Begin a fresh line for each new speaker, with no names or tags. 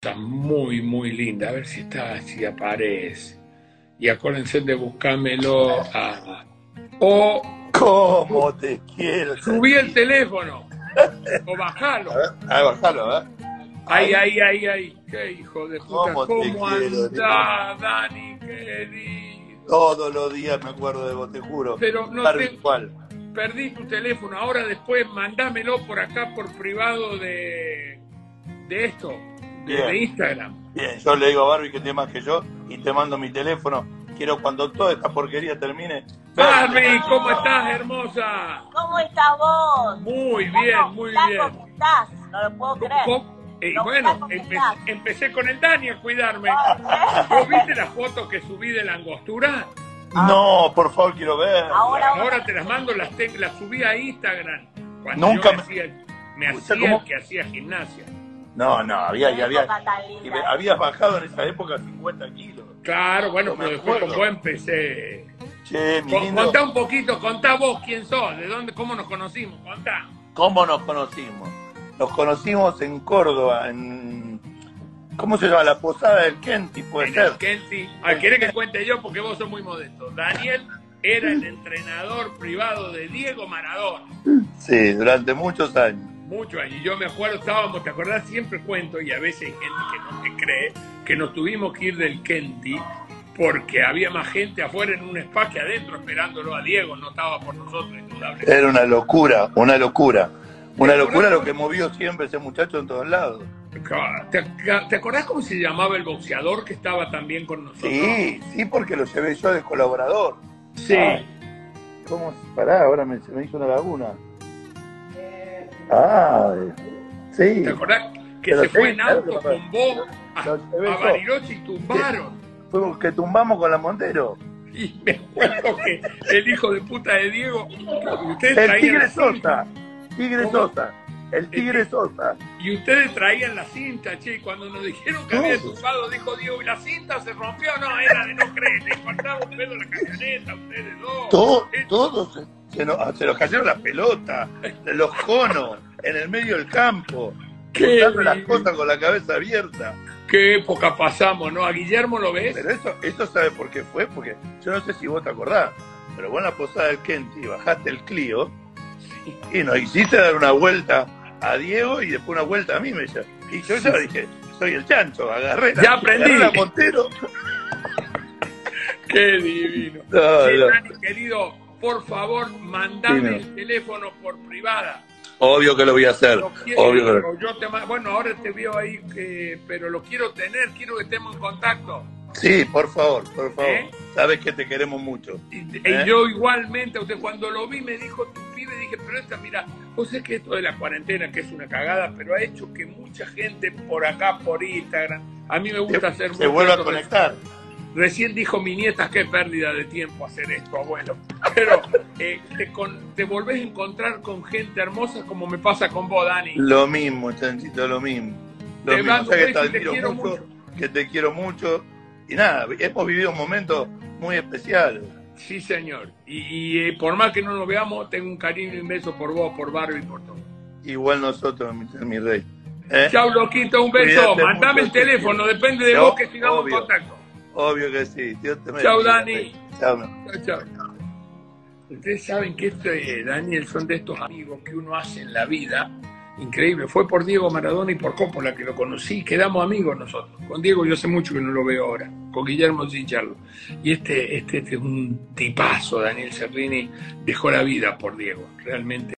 Está muy, muy linda. A ver si está, si aparece. Y acuérdense de buscármelo a. O
¿Cómo te quiero?
subí el teléfono. O bajalo.
A ver, a ver, ¿eh? bajalo, a ver.
Ay, ay, ay, ay. Qué hijo de puta.
¿Cómo
¿Cómo,
te quiero,
andás, Dani, querido?
Todos los días me acuerdo de vos, te juro.
Pero no
Tal
te-
cual.
Perdí tu teléfono. Ahora después mandámelo por acá por privado de, de esto, de,
Bien.
de Instagram.
Bien, yo le digo a Barbie que tiene más que yo y te mando mi teléfono. Quiero cuando toda esta porquería termine.
Barbie, ¿cómo estás, hermosa?
¿Cómo estás vos?
Muy bien, muy bien.
¿Cómo estás? No lo puedo creer.
Co- eh,
No,
bueno,
¿cómo
empe-
estás?
empecé con el Dani a cuidarme.
Ah,
¿Vos viste las fotos que subí de la angostura?
No, por favor, quiero ver.
Ahora, ahora.
Ahora te las mando, las, te- las subí a Instagram. Cuando
Nunca
yo
me-
me hacía, el- me
¿Usted
hacía el
cómo?
que hacía gimnasia.
No, no, había,
Qué
y había.
época tan linda.
y me- habías bajado en esa época 50 kilos.
Claro, bueno,
No me
pero después
acuerdo.
con vos empecé.
Che, mi
Con-
lindo,
contá un poquito, contá vos quién sos, de dónde, cómo nos conocimos, contá.
¿cómo nos conocimos? Nos conocimos en Córdoba, en. ¿Cómo se llama? La Posada del Kenti, puede
en
ser.
el Kenty. Ah, ¿Querés que cuente yo? Porque vos sos muy modesto. Daniel era el entrenador privado de Diego Maradona.
Sí, durante muchos años.
Muchos años. Yo me acuerdo, estábamos, ¿te acordás? Siempre cuento, y a veces hay gente que no te cree, que nos tuvimos que ir del Kenty porque había más gente afuera en un spa que adentro esperándolo a Diego. No estaba por nosotros, indudable.
Era una locura, una locura. Una
Pero
locura
ahora-
lo que movió siempre ese muchacho en todos lados.
¿Te, te acordás cómo se llamaba el boxeador que estaba también con nosotros?
Sí, Ah, sí, porque lo llevé yo de colaborador.
Sí.
¿Cómo? Pará, ahora me, se me hizo una laguna. Ah, eh, sí.
¿Te acordás que
Pero
se fue
sí,
en
claro
auto
que me
con vos a,
Lo llevé
a
yo.
Bariloche y tumbaron?
Fuimos que tumbamos con la Montero.
Y me acuerdo que el hijo de puta de Diego, que ustedes
El
traían
Tigre
la cinta,
Sosa. Tigre
¿Cómo?
Sosa. El Tigre Sosa.
y ustedes traían la cinta, che, y cuando nos dijeron que
No.
había tumbado, dijo Diego, y la cinta se rompió, no, era de no creer, le faltaba un pedo la camioneta, a ustedes dos.
Todo-
Eh,
Todos se, se nos, ah, se nos cayeron las pelotas, los conos, en el medio del campo,
Qué
botando las
lindo.
cosas con la cabeza abierta.
Qué época pasamos, ¿no? A Guillermo lo ves.
Pero eso, eso sabe por qué fue, porque yo no sé si vos te acordás, pero vos en la posada del Kenty bajaste el Clio y nos hiciste dar una vuelta a Diego y después una vuelta a mí, me dice. Y yo ya dije, soy el chancho, agarré la,
Ya aprendí.
agarré la Montero.
Qué divino.
No,
Che,
no.
Dani, querido, por favor, mandame
Dime.
el teléfono por privada.
Obvio que lo voy a hacer,
Lo quiero,
obvio que lo-
yo te ma- bueno, ahora te veo ahí, eh, pero lo quiero tener, quiero que estemos en contacto.
Sí, por favor, por favor.
¿Eh?
Sabes que te queremos mucho.
Y, y
¿Eh?
yo igualmente, usted cuando lo vi me dijo tu pibe, dije, pero esta, mira, vos sé que esto de la cuarentena, que es una cagada, pero ha hecho que mucha gente por acá, por Instagram, a mí me gusta hacer
Se
mucho
vuelve a
esto.
conectar.
Recién dijo mi nieta, qué pérdida de tiempo hacer esto, abuelo. Pero eh, te, con- te volvés a encontrar con gente hermosa como me pasa con vos, Dani.
Lo mismo, chanchito, lo mismo. Lo
Te
mismo.
mando un
Sabés que
beso y te
admiro
quiero
que te quiero mucho. Y nada, hemos vivido un momento muy especial.
Sí, señor. Y, y, eh, por más que no nos veamos, tengo un cariño inmenso por vos, por Barbie, por todo.
Igual nosotros, mi, mi rey. ¿Eh?
Chau, loquito, un beso.
Cuídate
Mandame
mucho,
el teléfono,
te quiero.
depende de
Yo,
vos que sigamos
obvio.
en contacto.
Obvio que sí. Dios te
Chau,
bendiga,
Dani.
rey. Chau, mi amor.
Chau, chau. Ustedes saben que esto, eh, Daniel, son de estos amigos que uno hace en la vida. Increíble. Fue por Diego Maradona y por Coppola que lo conocí. Quedamos amigos nosotros. Con Diego yo hace mucho que no lo veo ahora. Con Guillermo sí charlo. Y este, este, este es un tipazo, Daniel Cerrini. Dejó la vida por Diego. Realmente.